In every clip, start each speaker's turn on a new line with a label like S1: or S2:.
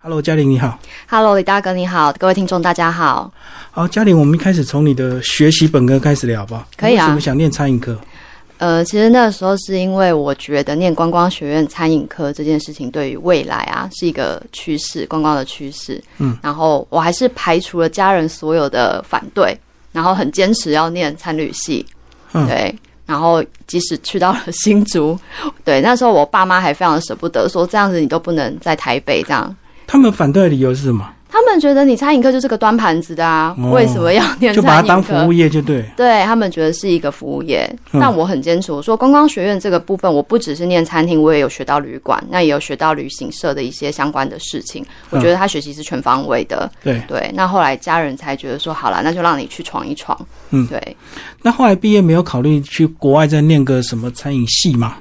S1: Hello，嘉玲你好。
S2: Hello，李大哥你好，各位听众大家好。
S1: 好，嘉玲，我们一开始从你的学习本科开始聊吧。
S2: 可以啊
S1: 为什么想念餐饮科？
S2: 呃，其实那时候是因为我觉得念观光学院餐饮科这件事情对于未来啊是一个趋势，观光的趋势。嗯，然后我还是排除了家人所有的反对，然后很坚持要念餐旅系。
S1: 嗯
S2: 对，然后即使去到了新竹， 对，那时候我爸妈还非常的舍不得，说这样子你都不能在台北这样。
S1: 他们反对的理由是什么？
S2: 他们觉得你餐饮科就是个端盘子的啊，
S1: 哦
S2: 为什么要念餐饮
S1: 就
S2: 科？
S1: 把它当服务业就对。
S2: 对他们觉得是一个服务业，
S1: 嗯
S2: 但我很坚持，我说观光学院这个部分，我不只是念餐厅，我也有学到旅馆，那也有学到旅行社的一些相关的事
S1: 嗯
S2: 情。我觉得他学习是全方位的，
S1: 对，
S2: 对。那后来家人才觉得说，好了，那就让你去闯一闯，
S1: 嗯
S2: 对。
S1: 那后来毕业没有考虑去国外再念个什么餐饮系吗？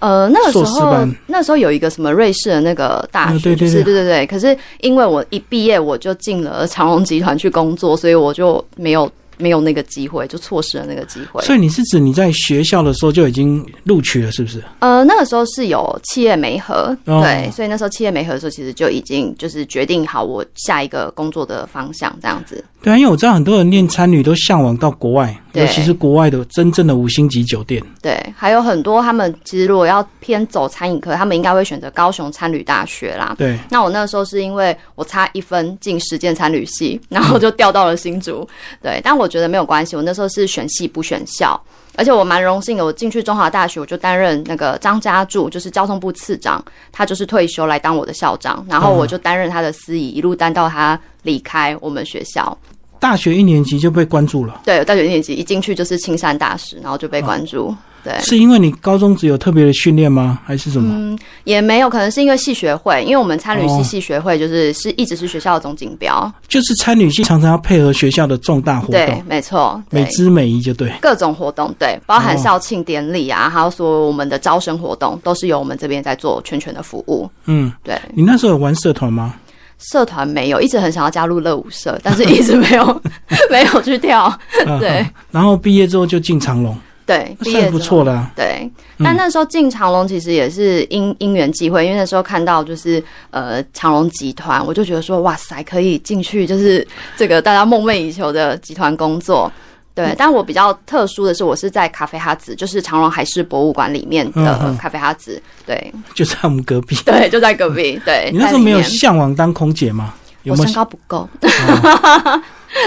S2: 呃，那个时
S1: 硕士
S2: 候
S1: 班，
S2: 那时候有一个什么瑞士的那个大学，
S1: 嗯对对
S2: 就是
S1: 对
S2: 对对对。可是因为我一毕业我就进了长隆集团去工作，所以我就没有没有那个机会，就错失了那个机会。
S1: 所以你是指你在学校的时候就已经录取了，是不是？
S2: 呃，那个时候是有企业媒合，
S1: 哦
S2: 对，所以那时候企业媒合的时候，其实就已经就是决定好我下一个工作的方向这样子。
S1: 对啊，因为我知道很多人念餐旅都向往到国外，
S2: 对
S1: 尤其是国外的真正的五星级酒店。
S2: 对，还有很多他们其实如果要偏走餐饮科，他们应该会选择高雄餐旅大学啦。
S1: 对，
S2: 那我那时候是因为我差一分进实践餐旅系，然后就调到了新竹。对，但我觉得没有关系，我那时候是选系不选校，而且我蛮荣幸的，我进去中华大学，我就担任那个张家柱，就是交通部次长，他就是退休来当我的校长，然后我就担任他的司仪，一路担到他离开我们学校。
S1: 大学一年级就被关注了，
S2: 对，我大学一年级一进去就是青山大使，然后就被关注。
S1: 嗯
S2: 对，嗯
S1: 是因为你高中只有特别的训练吗？还是什么？
S2: 也没有，可能是因为系学会，因为我们餐旅
S1: 哦
S2: 系系学会就是、是一直是学校的总锦标，
S1: 就是餐旅系常常要配合学校的重大活
S2: 对
S1: 动，，
S2: 没错，对
S1: 美姿美仪就对。
S2: 各种活动，对，包含
S1: 哦
S2: 校庆典礼啊，还有说我们的招生活动，都是由我们这边在做全权的服务。
S1: 嗯，
S2: 对，
S1: 你那时候有玩社团吗？
S2: 社团没有，一直很想要加入乐舞社，但是一直没有 没有去跳。 对
S1: 嗯然后毕业之后就进长隆，
S2: 对，
S1: 那
S2: 毕业
S1: 算不错
S2: 了。
S1: 了啊。
S2: 对，但那时候进长隆其实也是因因缘际会，因为那时候看到就是呃长隆集团，我就觉得说哇塞，可以进去就是这个大家梦寐以求的集团工作。对，
S1: 嗯
S2: 但我比较特殊的是，我是在咖啡哈兹，就是长隆海事博物馆里面
S1: 嗯
S2: 的
S1: 嗯
S2: 咖啡哈兹。对
S1: 就在我们隔壁。
S2: 对，就在隔壁。对，
S1: 你那时候
S2: 在里
S1: 没有
S2: 面
S1: 向往当空姐吗？有
S2: 我
S1: 没有哦
S2: 身？高不够，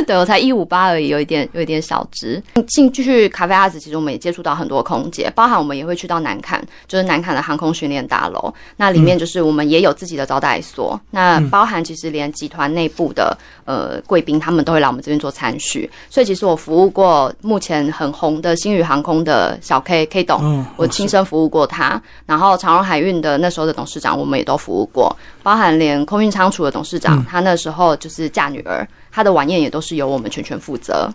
S2: 对我才一五八而已，有一点有一点小只。进进去咖啡阿子，其实我们也接触到很多空姐，包含我们也会去到南坎，就是南坎的航空训练大楼，那里
S1: 嗯
S2: 面就是我们也有自己的招待所，那包含其实连集团内部的呃贵宾，他们都会来我们这边做餐叙，所以其实我服务过目前很红的星宇航空的小 K K 董，
S1: 嗯，
S2: 我亲身服务过他，然后长荣海运的那时候的董事长，我们也都服务过，包含连空运仓储的董事长，他那时候就是嫁女儿，他的晚宴也都是由我们全权负责。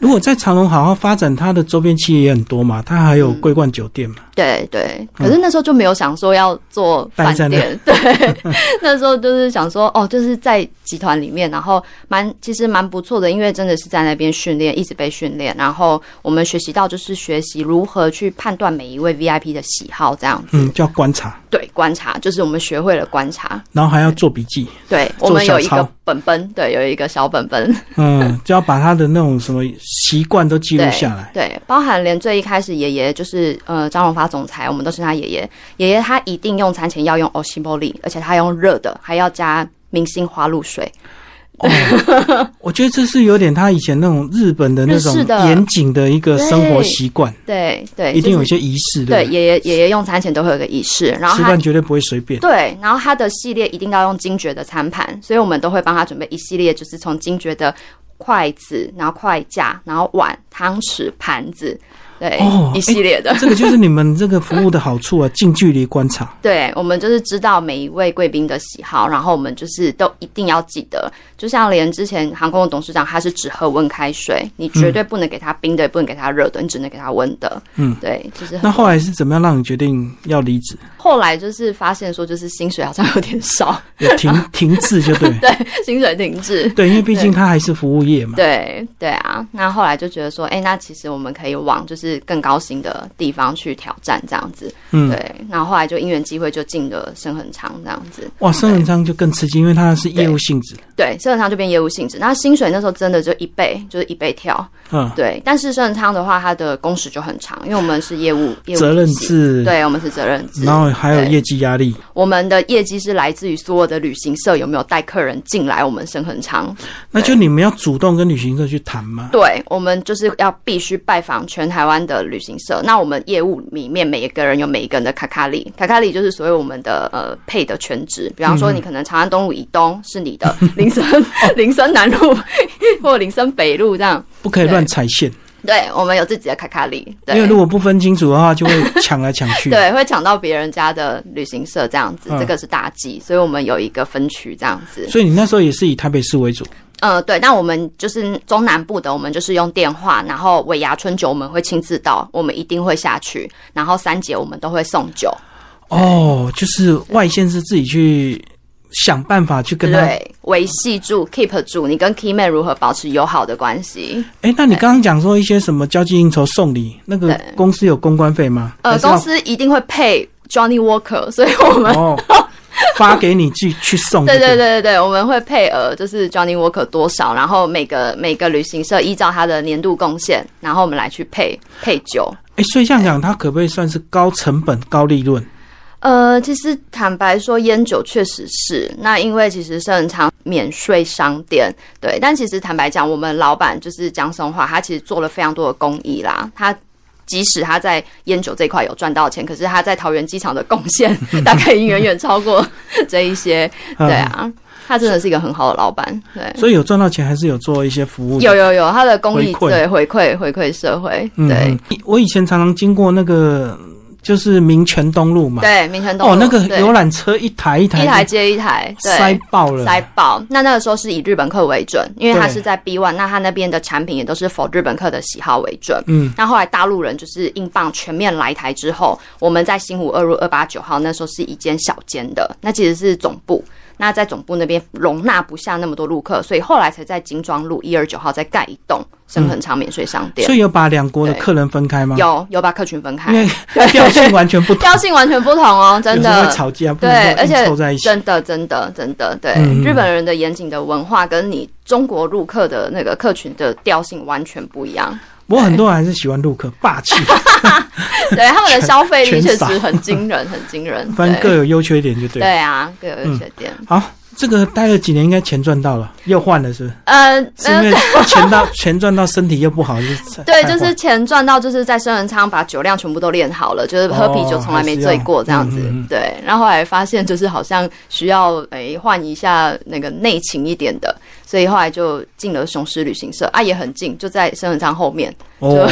S1: 如果在长隆好好发展，它的周边企业也很多嘛，它还有桂冠酒店嘛。
S2: 对对，可是那时候就没有想说要做饭
S1: 待
S2: 店，对， 那时候就是想说哦，就是在集团里面，然后蛮其实蛮不错的，因为真的是在那边训练，一直被训练，然后我们学习到就是学习如何去判断每一位 VIP 的喜好，这样子，
S1: 嗯，叫观察，
S2: 对，观察就是我们学会了观察，
S1: 然后还要做笔记，
S2: 对，
S1: 做
S2: 我们有一
S1: 小
S2: 个
S1: 抄
S2: 本本，对，有一个小本本，
S1: 嗯，就要把他的那种什么习惯都记录下来。
S2: 对，包含连最一开始爷爷就是呃张荣发总裁，我们都称他爷爷。爷爷他一定用餐前要用 o s i m o l i 而且他用热的，还要加明星花露水。
S1: 我觉得这是有点他以前那种日本的那种
S2: 日式的
S1: 严谨的一个生活
S2: 对
S1: 习惯，
S2: 对对，
S1: 一定有一
S2: 就是
S1: 些仪式的。
S2: 对爷爷爷爷用餐前都会有个仪式，然后
S1: 吃
S2: 他
S1: 饭绝对不会随便。
S2: 对，然后他的系列一定要用精绝的餐盘，所以我们都会帮他准备一系列，就是从精绝的筷子，然后筷架，然后碗、汤匙、盘子，对，
S1: 哦
S2: 一系列的。
S1: 这个就是你们这个服务的好处啊，近距离观察。
S2: 对，我们就是知道每一位贵宾的喜好，然后我们就是都一定要记得。就像连之前航空的董事长，他是只喝温开水，你绝对不能给他冰的，也不能给他热的，你只能给他温的。
S1: 嗯，
S2: 对，就是很
S1: 那后来是怎么样让你决定要离职？
S2: 后来就是发现说，就是薪水好像有点少，
S1: 有停停滞就对。
S2: 薪水停滞。
S1: 对，因为毕竟它还是服务业嘛。
S2: 对对啊，那后来就觉得说，哎，那其实我们可以往就是是更高薪的地方去挑战这样子。
S1: 嗯，
S2: 对，然后后来就因缘机会就进了深恒昌这样子。
S1: 哇，生人仓就更吃惊，因为它是业务性质。
S2: 对，深恒昌就变业务性质，那薪水那时候真的就一倍，就是一倍跳。
S1: 嗯，
S2: 对，但是深恒昌的话，它的工时就很长，因为我们是业务业务
S1: 责任
S2: 体系，
S1: 制，
S2: 对我们是责任制，
S1: 然后还有
S2: 对
S1: 业绩压力，
S2: 我们的业绩是来自于所有的旅行社有没有带客人进来我们深恒昌。
S1: 那就你们要主动跟旅行社去谈嘛。
S2: 对，我们就是要必须拜访全台湾的旅行社。那我们业务里面每一个人有每一个人的卡卡里，卡卡里就是所谓我们的呃配的全职。比方
S1: 嗯
S2: 说，你可能长安东路以东是你的林森、 林森南路 或林森北路这样。
S1: 不可以乱踩线，
S2: 对，我们有自己的卡卡里。
S1: 因为
S2: 对
S1: 如。果不分清楚的话，就 会抢来抢去。
S2: 对，会抢到别人家的旅行社这样子，
S1: 嗯
S2: 这个是大忌，所以我们有一个分区这样子。
S1: 所以你那时候也是以台北市为主，
S2: 呃，对，但我们就是中南部的，我们就是用电话，然后尾牙春酒我们会亲自到，我们一定会下去，然后三节我们都会送酒，
S1: 哦，就是外线是自己去想办法去跟他。
S2: 对，维系住 keep 住你跟 key man 如何保持友好的关系。
S1: 哎，那你刚刚讲说一些什么交际应酬送礼，那个
S2: 对
S1: 公司有公关费吗？
S2: 呃
S1: 还，是要
S2: 公司一定会配 Johnny Walker，所以我们、
S1: 哦，发给你去去送。
S2: 对对
S1: 不
S2: 对，对对，我们会配额就是 Johnny Walker 多少，然后每个每个旅行社依照他的年度贡献，然后我们来去配配酒。
S1: 哎，所以这样讲，它可不可以算是高成本高利润？
S2: 呃，其实坦白说，烟酒确实是那，因为其实是很常免税商店，对。但其实坦白讲，我们老板就是江松华，他其实做了非常多的公益啦，他。即使他在烟酒这一块有赚到钱，可是他在桃园机场的贡献大概已经远远超过这一些。
S1: 嗯
S2: 对啊，他真的是一个很好的老板。对，
S1: 所以有赚到钱，还是有做一些服务的。
S2: 有有有，他的公益
S1: 回馈
S2: 对回馈回馈社会。
S1: 嗯
S2: 对、，
S1: 我以前常常经过那个就是民权东路嘛，
S2: 对，明成东
S1: 哦，那个
S2: 对
S1: 游览车一台一台
S2: 一台接一台，对
S1: 塞爆了，
S2: 塞爆。那那个时候是以日本客为准，因为它
S1: 对
S2: 是在 B one，那它那边的产品也都是否日本客的喜好为准。
S1: 嗯，
S2: 那后来大陆人就是英镑全面来台之后，我们在新湖二路二八九号那时候是一间小间的，那其实是总部。那在总部那边容纳不下那么多陆客，所以后来才在金庄路一二九号再盖一栋深恒昌免税商
S1: 嗯
S2: 店
S1: 所。以有把两国的客人分开吗？，
S2: 有有把客群分开
S1: 因， 为调性完全不同，
S2: 调性完全不同哦，真
S1: 有时
S2: 的
S1: 候会吵架，不能
S2: 对，
S1: 说
S2: 而
S1: 硬
S2: 且
S1: 凑在一起。
S2: 真的，真的，真的，对，
S1: 嗯
S2: 日本人的严谨的文化跟你中国入客的那个客群的调性完全不一 样。
S1: 不过很多人还是喜欢陆客，霸 气，
S2: 对，他们的消费力
S1: 全
S2: 确实
S1: 撒
S2: 很惊人，很惊 人。
S1: 反正各
S2: 对
S1: 有优缺点就对了。
S2: 对啊，各有
S1: 嗯
S2: 缺点。
S1: 好，这个待了几年，应该钱赚到了，又换了是 不是？
S2: 呃，
S1: 是因为钱到钱赚到身体又不 好，就是
S2: 对，
S1: 才
S2: 就是
S1: 换
S2: 钱赚到，就是在生人仓把酒量全部都练好了，就是喝啤酒从来没醉过这样子。
S1: 哦哦还是要嗯嗯嗯
S2: 对，然后后来发现就是好像需要诶换一下那个内勤一点的，所以后来就进了雄狮旅行社啊，也很近，就在生人仓后面。
S1: 哦，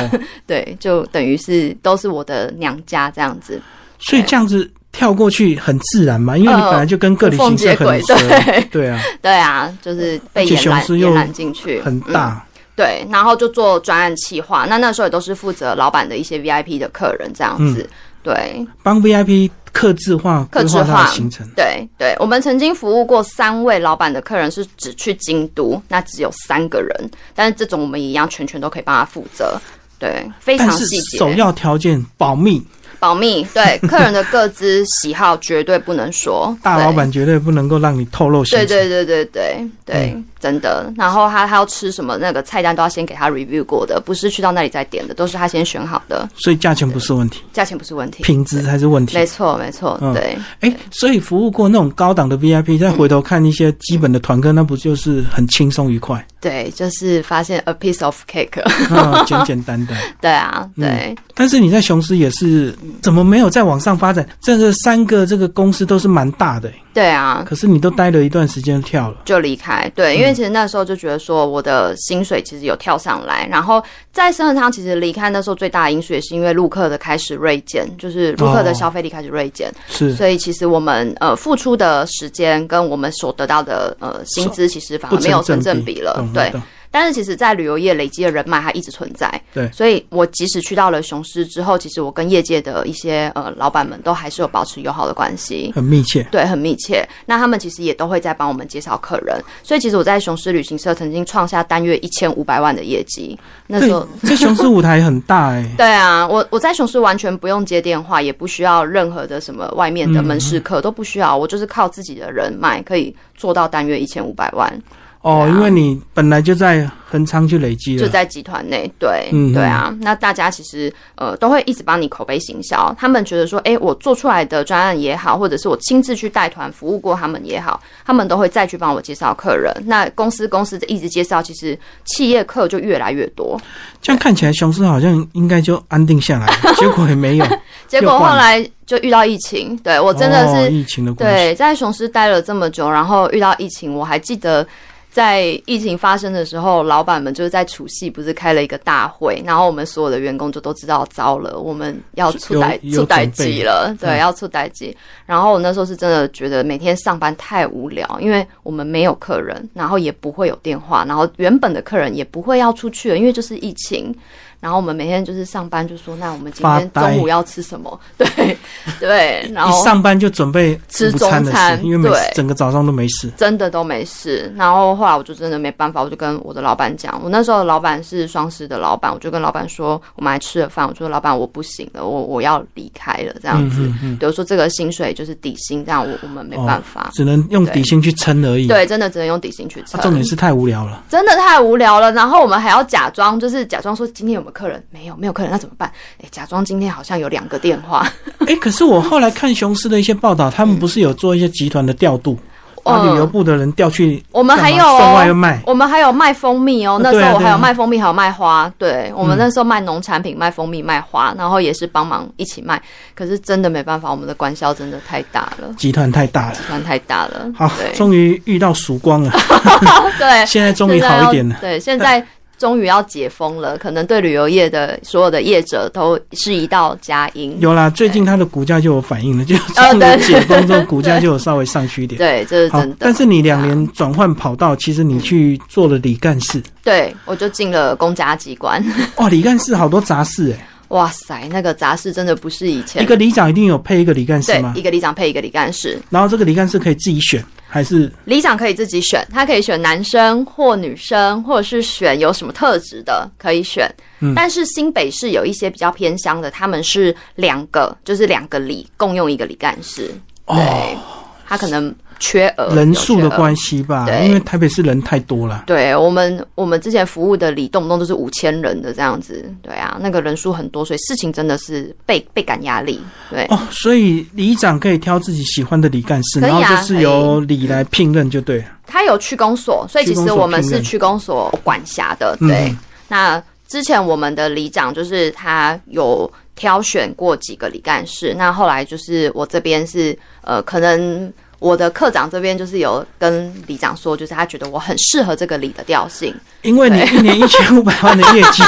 S2: 对，就等于是都是我的娘家这样子，
S1: 所以这样子跳过去很自然嘛，因为你
S2: 呃
S1: 本来就跟各旅行社
S2: 无缝
S1: 很
S2: 接
S1: 熟
S2: 轨，
S1: 对啊，
S2: 对啊，就是被
S1: 而且
S2: 延
S1: 雄
S2: 揽
S1: 狮
S2: 延
S1: 又
S2: 揽进去，
S1: 很
S2: 嗯
S1: 大。
S2: 对，然后就做专案企划，那那时候也都是负责老板的一些 VIP 的客人这样子，
S1: 嗯
S2: 对，
S1: 帮 VIP 客制化
S2: 客
S1: 规
S2: 制
S1: 划它
S2: 化
S1: 的行程。
S2: 对对，我们曾经服务过三位老板的客人是只去京都，那只有三个人，但是这种我们一样全权都可以帮他负责，对，非常
S1: 但是
S2: 细节，
S1: 首要条件保密，
S2: 保密，对客人的各自喜好绝对不能说，
S1: 大老
S2: 对
S1: 板绝对不能够让你透露行
S2: 对
S1: 程。嗯
S2: 对对对对对，真的。然后他他要吃什么，那个菜单都要先给他 review 过的，不是去到那里再点的，都是他先选好的，
S1: 所以价钱不是问题，
S2: 价钱不是问题。
S1: 品质才是问题
S2: 没。错，没错，
S1: 嗯
S2: 对，
S1: 哎、所以服务过那种高档的 VIP，再回头看一些基本的团客，那不就是很轻松愉 快，
S2: 对，就是发现 a piece of cake，
S1: 啊，简简单单。
S2: 对啊，对，
S1: 但是你在雄狮也是，怎么没有再往上发展？这个三个这个公司都是蛮大的、欸
S2: 对啊，
S1: 可是你都待了一段时间跳了，
S2: 就离开。对，
S1: 嗯
S2: 因为其实那时候就觉得说，我的薪水其实有跳上来，然后在生恒昌其实离开那时候最大的因素也是因为陆客的开始锐减，就是陆客的
S1: 哦
S2: 消费力开始锐减，
S1: 是
S2: 所以其实我们呃付出的时间跟我们所得到的呃薪资其实反
S1: 不
S2: 而没有
S1: 成
S2: 成正
S1: 比嗯
S2: 了
S1: 懂，
S2: 对。
S1: 懂
S2: 但是其实，在旅游业累积的人脉它一直存在，
S1: 对
S2: 所以我即使去到了雄狮之后，其实我跟业界的一些呃老板们都还是有保持友好的关系。
S1: 很密切。
S2: 对，很密切。那他们其实也都会在帮我们介绍客人，所以其实我在雄狮旅行社曾经创下单月一千五百万的业绩。那时候
S1: 对，这雄狮舞台很大哎、
S2: 对啊，我我在雄狮完全不用接电话，也不需要任何的什么外面的门市客、都不需要，我就是靠自己的人脉可以做到单月一千五百万，
S1: 哦，
S2: 对啊
S1: 因为你本来就在恒昌去累积
S2: 就
S1: 了，
S2: 在集团内。对，
S1: 嗯
S2: 对啊，那大家其实呃都会一直帮你口碑行销，他们觉得说，哎，我做出来的专案也好，或者是我亲自去带团服务过他们也好，他们都会再去帮我介绍客人。那公司公司一直介绍，其实企业客就越来越多。
S1: 这样看起来雄狮好像应该就安定下来 了，结果也没有。
S2: 结
S1: 又
S2: 果
S1: 换
S2: 后来就遇到疫情，对我真的是、
S1: 哦、疫情的关系，
S2: 对，在雄狮待了这么久，然后遇到疫情，我还记得在疫情发生的时候，老板们就是在除夕不是开了一个大会，然后我们所有的员工就都知道，糟了，我们要出代
S1: 有有
S2: 出代
S1: 准备
S2: 机了，对，
S1: 嗯
S2: 要出代机。然后我那时候是真的觉得每天上班太无聊，因为我们没有客人，然后也不会有电话，然后原本的客人也不会要出去了，因为就是疫情。然后我们每天就是上班，就说那我们今
S1: 发
S2: 天
S1: 呆
S2: 中午要吃什么？对 对，然后
S1: 一上班就准备
S2: 哦吃
S1: 午餐的
S2: 中餐
S1: 事，因为每
S2: 对
S1: 整个早上都没事。
S2: 真的都没事。然后后来我就真的没办法，我就跟我的老板讲，我那时候的老板是双十的老板，我就跟老板说，我们还吃了饭，我说老板我不行了，我我要离开了这样子。
S1: 嗯哦嗯，
S2: 比如说这个薪水就是底薪，这样我我们没办法。
S1: 只能用底薪去撑而已。，
S2: 对，真的只能用底薪去撑。
S1: 啊、重点是太无聊 了。
S2: 真的太无聊了，然后我们还要假装，就是假装说今天有没有客人？没有，没有客人，那怎么办？哎，假装今天好像有两个电话，
S1: 哎、可是我后来看雄狮的一些报道，他们不是有做一些集团的调度，把旅游部的人调去
S2: 哦我们还有
S1: 干嘛送外
S2: 哦，
S1: 卖，
S2: 我们还有卖蜂蜜哦，那时
S1: 哎对啊
S2: 候我
S1: 对啊
S2: 还有卖蜂蜜，还有卖花。对，我们
S1: 嗯
S2: 那时候卖农产品、卖蜂蜜、卖花，然后也是帮忙一起卖。可是真的没办法，我们的官销真的太大了，
S1: 集团太大了。
S2: 集团太大了。
S1: 好，
S2: 对哦
S1: 终于遇到曙光 了，
S2: 对，
S1: 现在终于
S2: 现在
S1: 好
S2: 要
S1: 一点了。
S2: 对，现在终于要解封了，可能对旅游业的所有的业者都是一道佳音。
S1: 有啦，最近它的股价就有反应了，就
S2: 呃
S1: 终 于
S2: 对
S1: 解封之后，股价就有稍微上去一点。
S2: 对，这是
S1: 好
S2: 真，的
S1: 但。是你两年转换跑道，其实你去做了李干 事，
S2: 对，我就进了公家机关。
S1: 哇，李干事好多杂事哎、
S2: 哇塞，那个杂事真的不是以前
S1: 一个里长一定有配一个李干事
S2: 对
S1: 吗？
S2: 一个里长配一个里干事，
S1: 然后这个李干事可以自己选，还是
S2: 里长可以自己选，他可以选男生或女生，或者是选有什么特质的可以选。
S1: 嗯
S2: 但是新北市有一些比较偏乡的，他们是两个，就是两个里共用一个里干事，对，
S1: 哦
S2: 他可能缺额
S1: 人数的
S2: 系。
S1: 关系吧？
S2: 对
S1: 因为台北市人太多了。
S2: 对我们，我们之前服务的里动不动就是五千人的这样子，对啊，那个人数很多，所以事情真的是倍倍感压力，对，
S1: 哦，所以里长可以挑自己喜欢的里干事，
S2: 可以
S1: 然
S2: 啊
S1: 后就是由里来聘任就对了。
S2: 它有区公所，所以其
S1: 区公
S2: 实
S1: 所
S2: 我们
S1: 聘
S2: 是
S1: 任
S2: 区公所管辖的。对，
S1: 嗯
S2: 那之前我们的里长就是他有挑选过几个里干事，那后来就是我这边是呃，可能我的课长这边就是有跟里长说，就是他觉得我很适合这个里的调性，
S1: 因为你一年一千五百万的业 绩，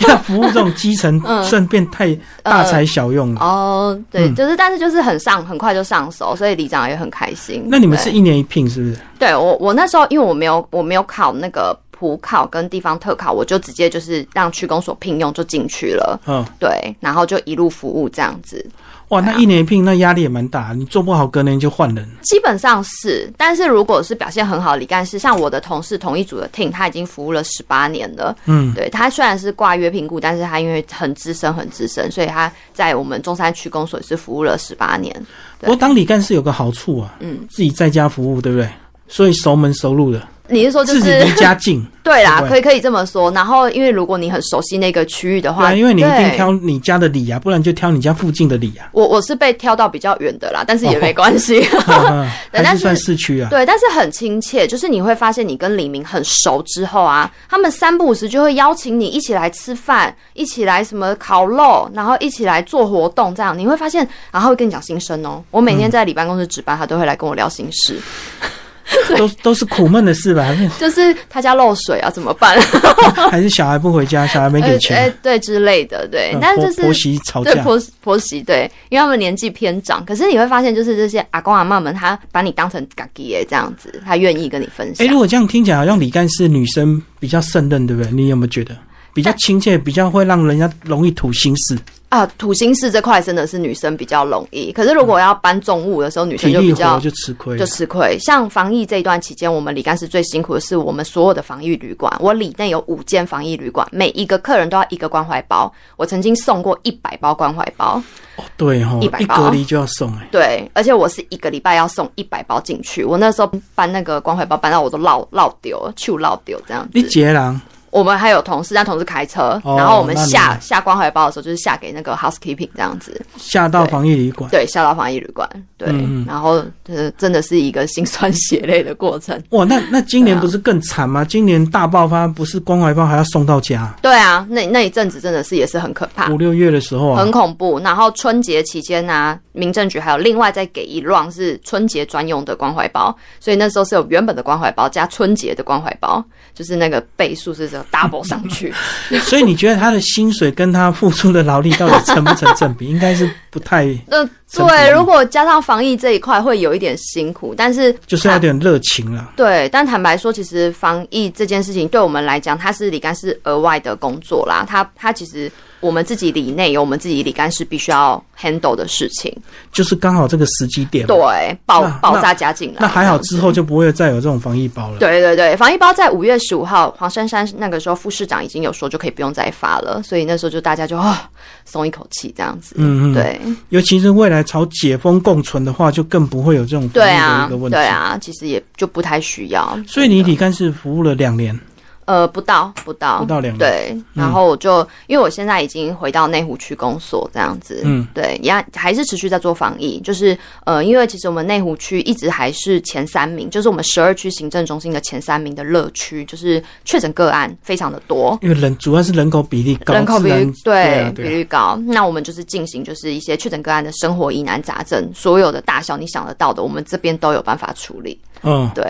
S1: 要要服务这种基层，顺便太大材小用了。
S2: 嗯哦，对，
S1: 嗯
S2: 就是但是就是很上很快就上手，所以里长也很开心。
S1: 那你们
S2: 对
S1: 是一年一聘是不是？
S2: 对我，我那时候因为我没有我没有考那个普考跟地方特考，我就直接就是让区公所聘用就进去了，
S1: 嗯，
S2: 对，然后就一路服务这样子，
S1: 哇，
S2: 啊
S1: 那一年一聘，那压力也蛮大，你做不好隔年就换人。
S2: 基本上是。但是如果是表现很好，李干事像我的同事同一组的 team，他已经服务了十八年了，
S1: 嗯，
S2: 对他虽然是挂约评估，但是他因为很资深很资深，所以他在我们中山区公所也是服务了十八年，
S1: 不过当里干事有个好处啊，
S2: 嗯，
S1: 自己在家服务，对不对？所以熟门熟路的，
S2: 你是说就
S1: 自己
S2: 是
S1: 离？家 近，
S2: 对啦，
S1: 对
S2: 可以可以这么说。然后，因为如果你很熟悉那个区域的
S1: 对
S2: 话，
S1: 啊，因为你一定
S2: 对
S1: 挑你家的里啊，不然就挑你家附近的里 啊，
S2: 我我是被挑到比较远的啦，但是也没关系。
S1: 哦
S2: 对
S1: 还
S2: 但
S1: 是
S2: 是
S1: 算市区啊。
S2: 对，但是很亲切，就是你会发现你跟李明很熟之后啊，他们三不五时就会邀请你一起来吃饭，一起来什么烤肉，然后一起来做活动，这样你会
S1: 嗯
S2: 发现，然后会跟你讲心声哦。我每天在李办公室值班，他都会来跟我聊心事。
S1: 都都是苦闷的事 吧？
S2: 就是他家漏水啊，怎么 办？
S1: 还是小孩不回家，小孩没给钱，
S2: 哎、对之类的，对
S1: 嗯。
S2: 但是
S1: 婆
S2: 就是
S1: 婆媳吵
S2: 对
S1: 架，
S2: 婆婆媳对，因为他们年纪偏长，可是你会发现，就是这些阿公阿妈们，他把你当成嘎吉耶这样子，他愿意跟你分
S1: 哎、
S2: 享。
S1: 如果这样听起来，好像李干事女生比较胜任，对不对？你有没有觉得比较亲切，比较会让人家容易吐心事，
S2: 啊，土星式这块真的是女生比较容易，可是如果要搬重物的时候，女生
S1: 体
S2: 就
S1: 力
S2: 比
S1: 活
S2: 较
S1: 就吃亏
S2: 就
S1: 了。
S2: 吃亏。像防疫这一段期间，我们李干事最辛苦的是我们所有的防疫旅馆，我里内有五间防疫旅馆，每一个客人都要一个关怀包。我曾经送过一百包关怀包，
S1: 哦，对哈、
S2: 一百
S1: 一
S2: 包
S1: 隔离就要送哎、
S2: 对，而且我是一个礼拜要送一百包进去。我那时候搬那个关怀包搬到我都落落丢了，去落丢这样
S1: 你
S2: 子。
S1: 杰郎
S2: 我们还有同事，但同事开车，
S1: 哦
S2: 然后我们
S1: 那
S2: 下
S1: 你
S2: 下关怀包的时候，就是下给那个 housekeeping 这样子。
S1: 下到防疫旅馆，
S2: 对，下到防疫旅馆，对，
S1: 嗯嗯
S2: 然后呃，真的是一个心酸血泪的过程。
S1: 哇，那那今
S2: 啊
S1: 年不是更惨吗？今年大爆发，不是关怀包还要送到家，
S2: 对啊，那那一阵子真的是也是很可怕，
S1: 五六月的时候啊
S2: 很，恐怖。然后春节期间呢、啊民政局还有另外再给一 round 是春节专用的关怀包，所以那时候是有原本的关怀包加春节的关怀包，就是那个倍数是这个 double 上去。
S1: 所以你觉得他的薪水跟他付出的劳力到底成不成正 比？应该是不太，
S2: 嗯，
S1: 成本
S2: 对，如果加上防疫这一块会有一点辛苦，但是
S1: 就是要有点热情了。
S2: 对，但坦白说，其实防疫这件事情对我们来讲，它是李干事额外的工作啦。它它其实我们自己里内有我们自己李干事必须要 handle 的事情，
S1: 就是刚好这个时机点嘛，
S2: 对，啊爆
S1: 那
S2: 爆炸加进来。
S1: 那还好
S2: 这样
S1: 之后就不会再有这种防疫包了。
S2: 对对对，防疫包在五月十五号，黄珊珊那个时候副市长已经有说就可以不用再发了，所以那时候就大家就哦松一口气这样子。
S1: 嗯嗯，，
S2: 对
S1: 尤其是未来朝解封共存的话，就更不会有这种防
S2: 对
S1: 疫的
S2: 啊
S1: 一个问，题。
S2: 对啊，其实也就不太需要。
S1: 所以你李干事服务了两年，
S2: 呃，不到，不到，
S1: 不到两年嗯
S2: 对，然后我就、因为我现在已经回到内湖区公所这样子，
S1: 嗯，
S2: 对，也还是持续在做防疫，就是呃，因为其实我们内湖区一直还是前三名，就是我们十二区行政中心的前三名的乐区，就是确诊个案非常的多。
S1: 因为人主要是人口比例高，
S2: 人口比
S1: 自然
S2: 率对
S1: 啊
S2: 比
S1: 对啊，
S2: 率高，那我们就是进行就是一些确诊个案的生活疑难杂症，所有的大小你想得到的，我们这边都有办法处理。
S1: 嗯，
S2: 对，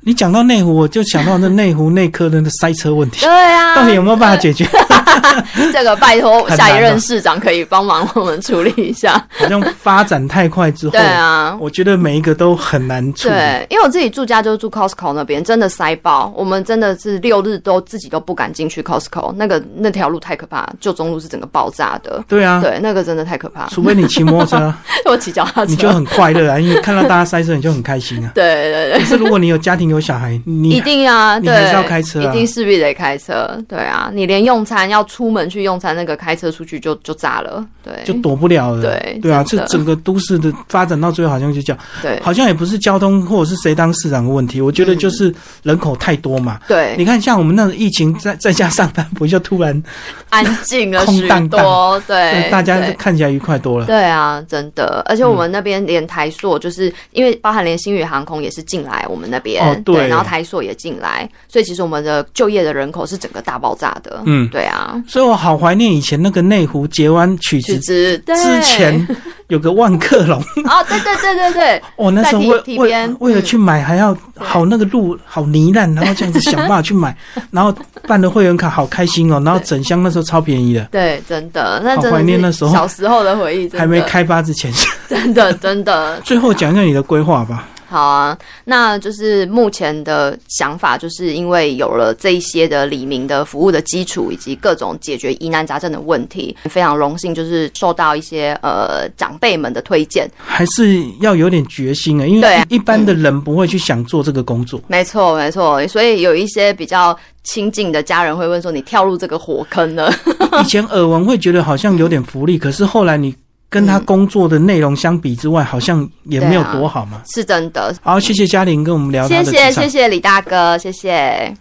S1: 你讲到内湖，我就想到那内湖内科的那塞车问 题，
S2: 对啊，
S1: 到底有没有办法解决？
S2: 这个拜托
S1: 很难啊
S2: 下一任市长可以帮忙我们处理 一下。
S1: 好像发展太快之后
S2: 对，啊。
S1: 我觉得每一个都很难处理。
S2: 对，因为我自己住家就是住 Costco 那边，真的塞爆。我们真的是六日都自己都不敢进去 Costco，那个那条路太可怕，旧中路是整个爆炸的。
S1: 对啊，
S2: 对，那个真的太可 怕。
S1: 除非你骑摩托车 啊，
S2: 我骑脚踏
S1: 你就
S2: 车，
S1: 很快乐啊，因为看到大家塞车你就很开心啊。
S2: 对对对，
S1: 可是如果你有家庭有小孩，
S2: 一
S1: 你
S2: 定啊，
S1: 你
S2: 对，
S1: 还是要开车啊
S2: 一定势必得开车。对啊，你连用餐要出门去用餐，那个开车出去就就炸了。对，
S1: 就躲不了了。
S2: 对
S1: 对啊，这
S2: 真的
S1: 整个都市的发展到最后好像就这样，
S2: 对
S1: 好像也不是交通或者是谁当市长的问题，我觉得就是人口太多嘛。
S2: 对，
S1: 你看，像我们那种疫情在在家上班，不就突然
S2: 安静了
S1: 空
S2: 许
S1: 荡荡
S2: 多。对，
S1: 大
S2: 对
S1: 家看起来愉快多了？
S2: 对啊，真的，而且我们那边连台塑，就是、因为包含连星宇航空也是进来我们那边，
S1: 哦对
S2: 然后台塑也进来，所以其实我们的就业的人口是整个大爆炸的。
S1: 嗯
S2: 对啊，
S1: 所以我好怀念以前那个内湖截湾曲
S2: 去
S1: 子
S2: 之
S1: 之 前有个万客隆，
S2: 哦，对对对对对，
S1: 哦，那时候
S2: 在
S1: 为
S2: 体体
S1: 为
S2: 边嗯
S1: 为了去买，还要好那个路好泥烂，然后这样子想办法去 买，然后办了会员卡，好开心哦，然后整箱那时候超便宜的，
S2: 对，真的，那
S1: 好
S2: 真的
S1: 怀念那时
S2: 是
S1: 候
S2: 小时候的回忆，真的
S1: 还没，开发之前。
S2: 真的真的
S1: 最后讲讲你的规划吧。
S2: 好啊，那就是目前的想法，就是因为有了这一些的李明的服务的基础，以及各种解决疑难杂症的问题，非常荣幸就是受到一些呃长辈们的推荐。
S1: 还是要有点决心啊、因
S2: 对
S1: 为
S2: 啊
S1: 一般的人不会去想做这个工作。
S2: 没错，没错，所以有一些比较亲近的家人会问说：“你跳入这个火坑了
S1: 以前耳闻会觉得好像有点福利，可是后来你跟他工作的内容相比之外，好像也没有多好嘛？”。
S2: 是真的，
S1: 好，谢谢嘉玲跟我们聊她
S2: 谢
S1: 的职
S2: 谢
S1: 场
S2: 谢谢李大哥，谢谢。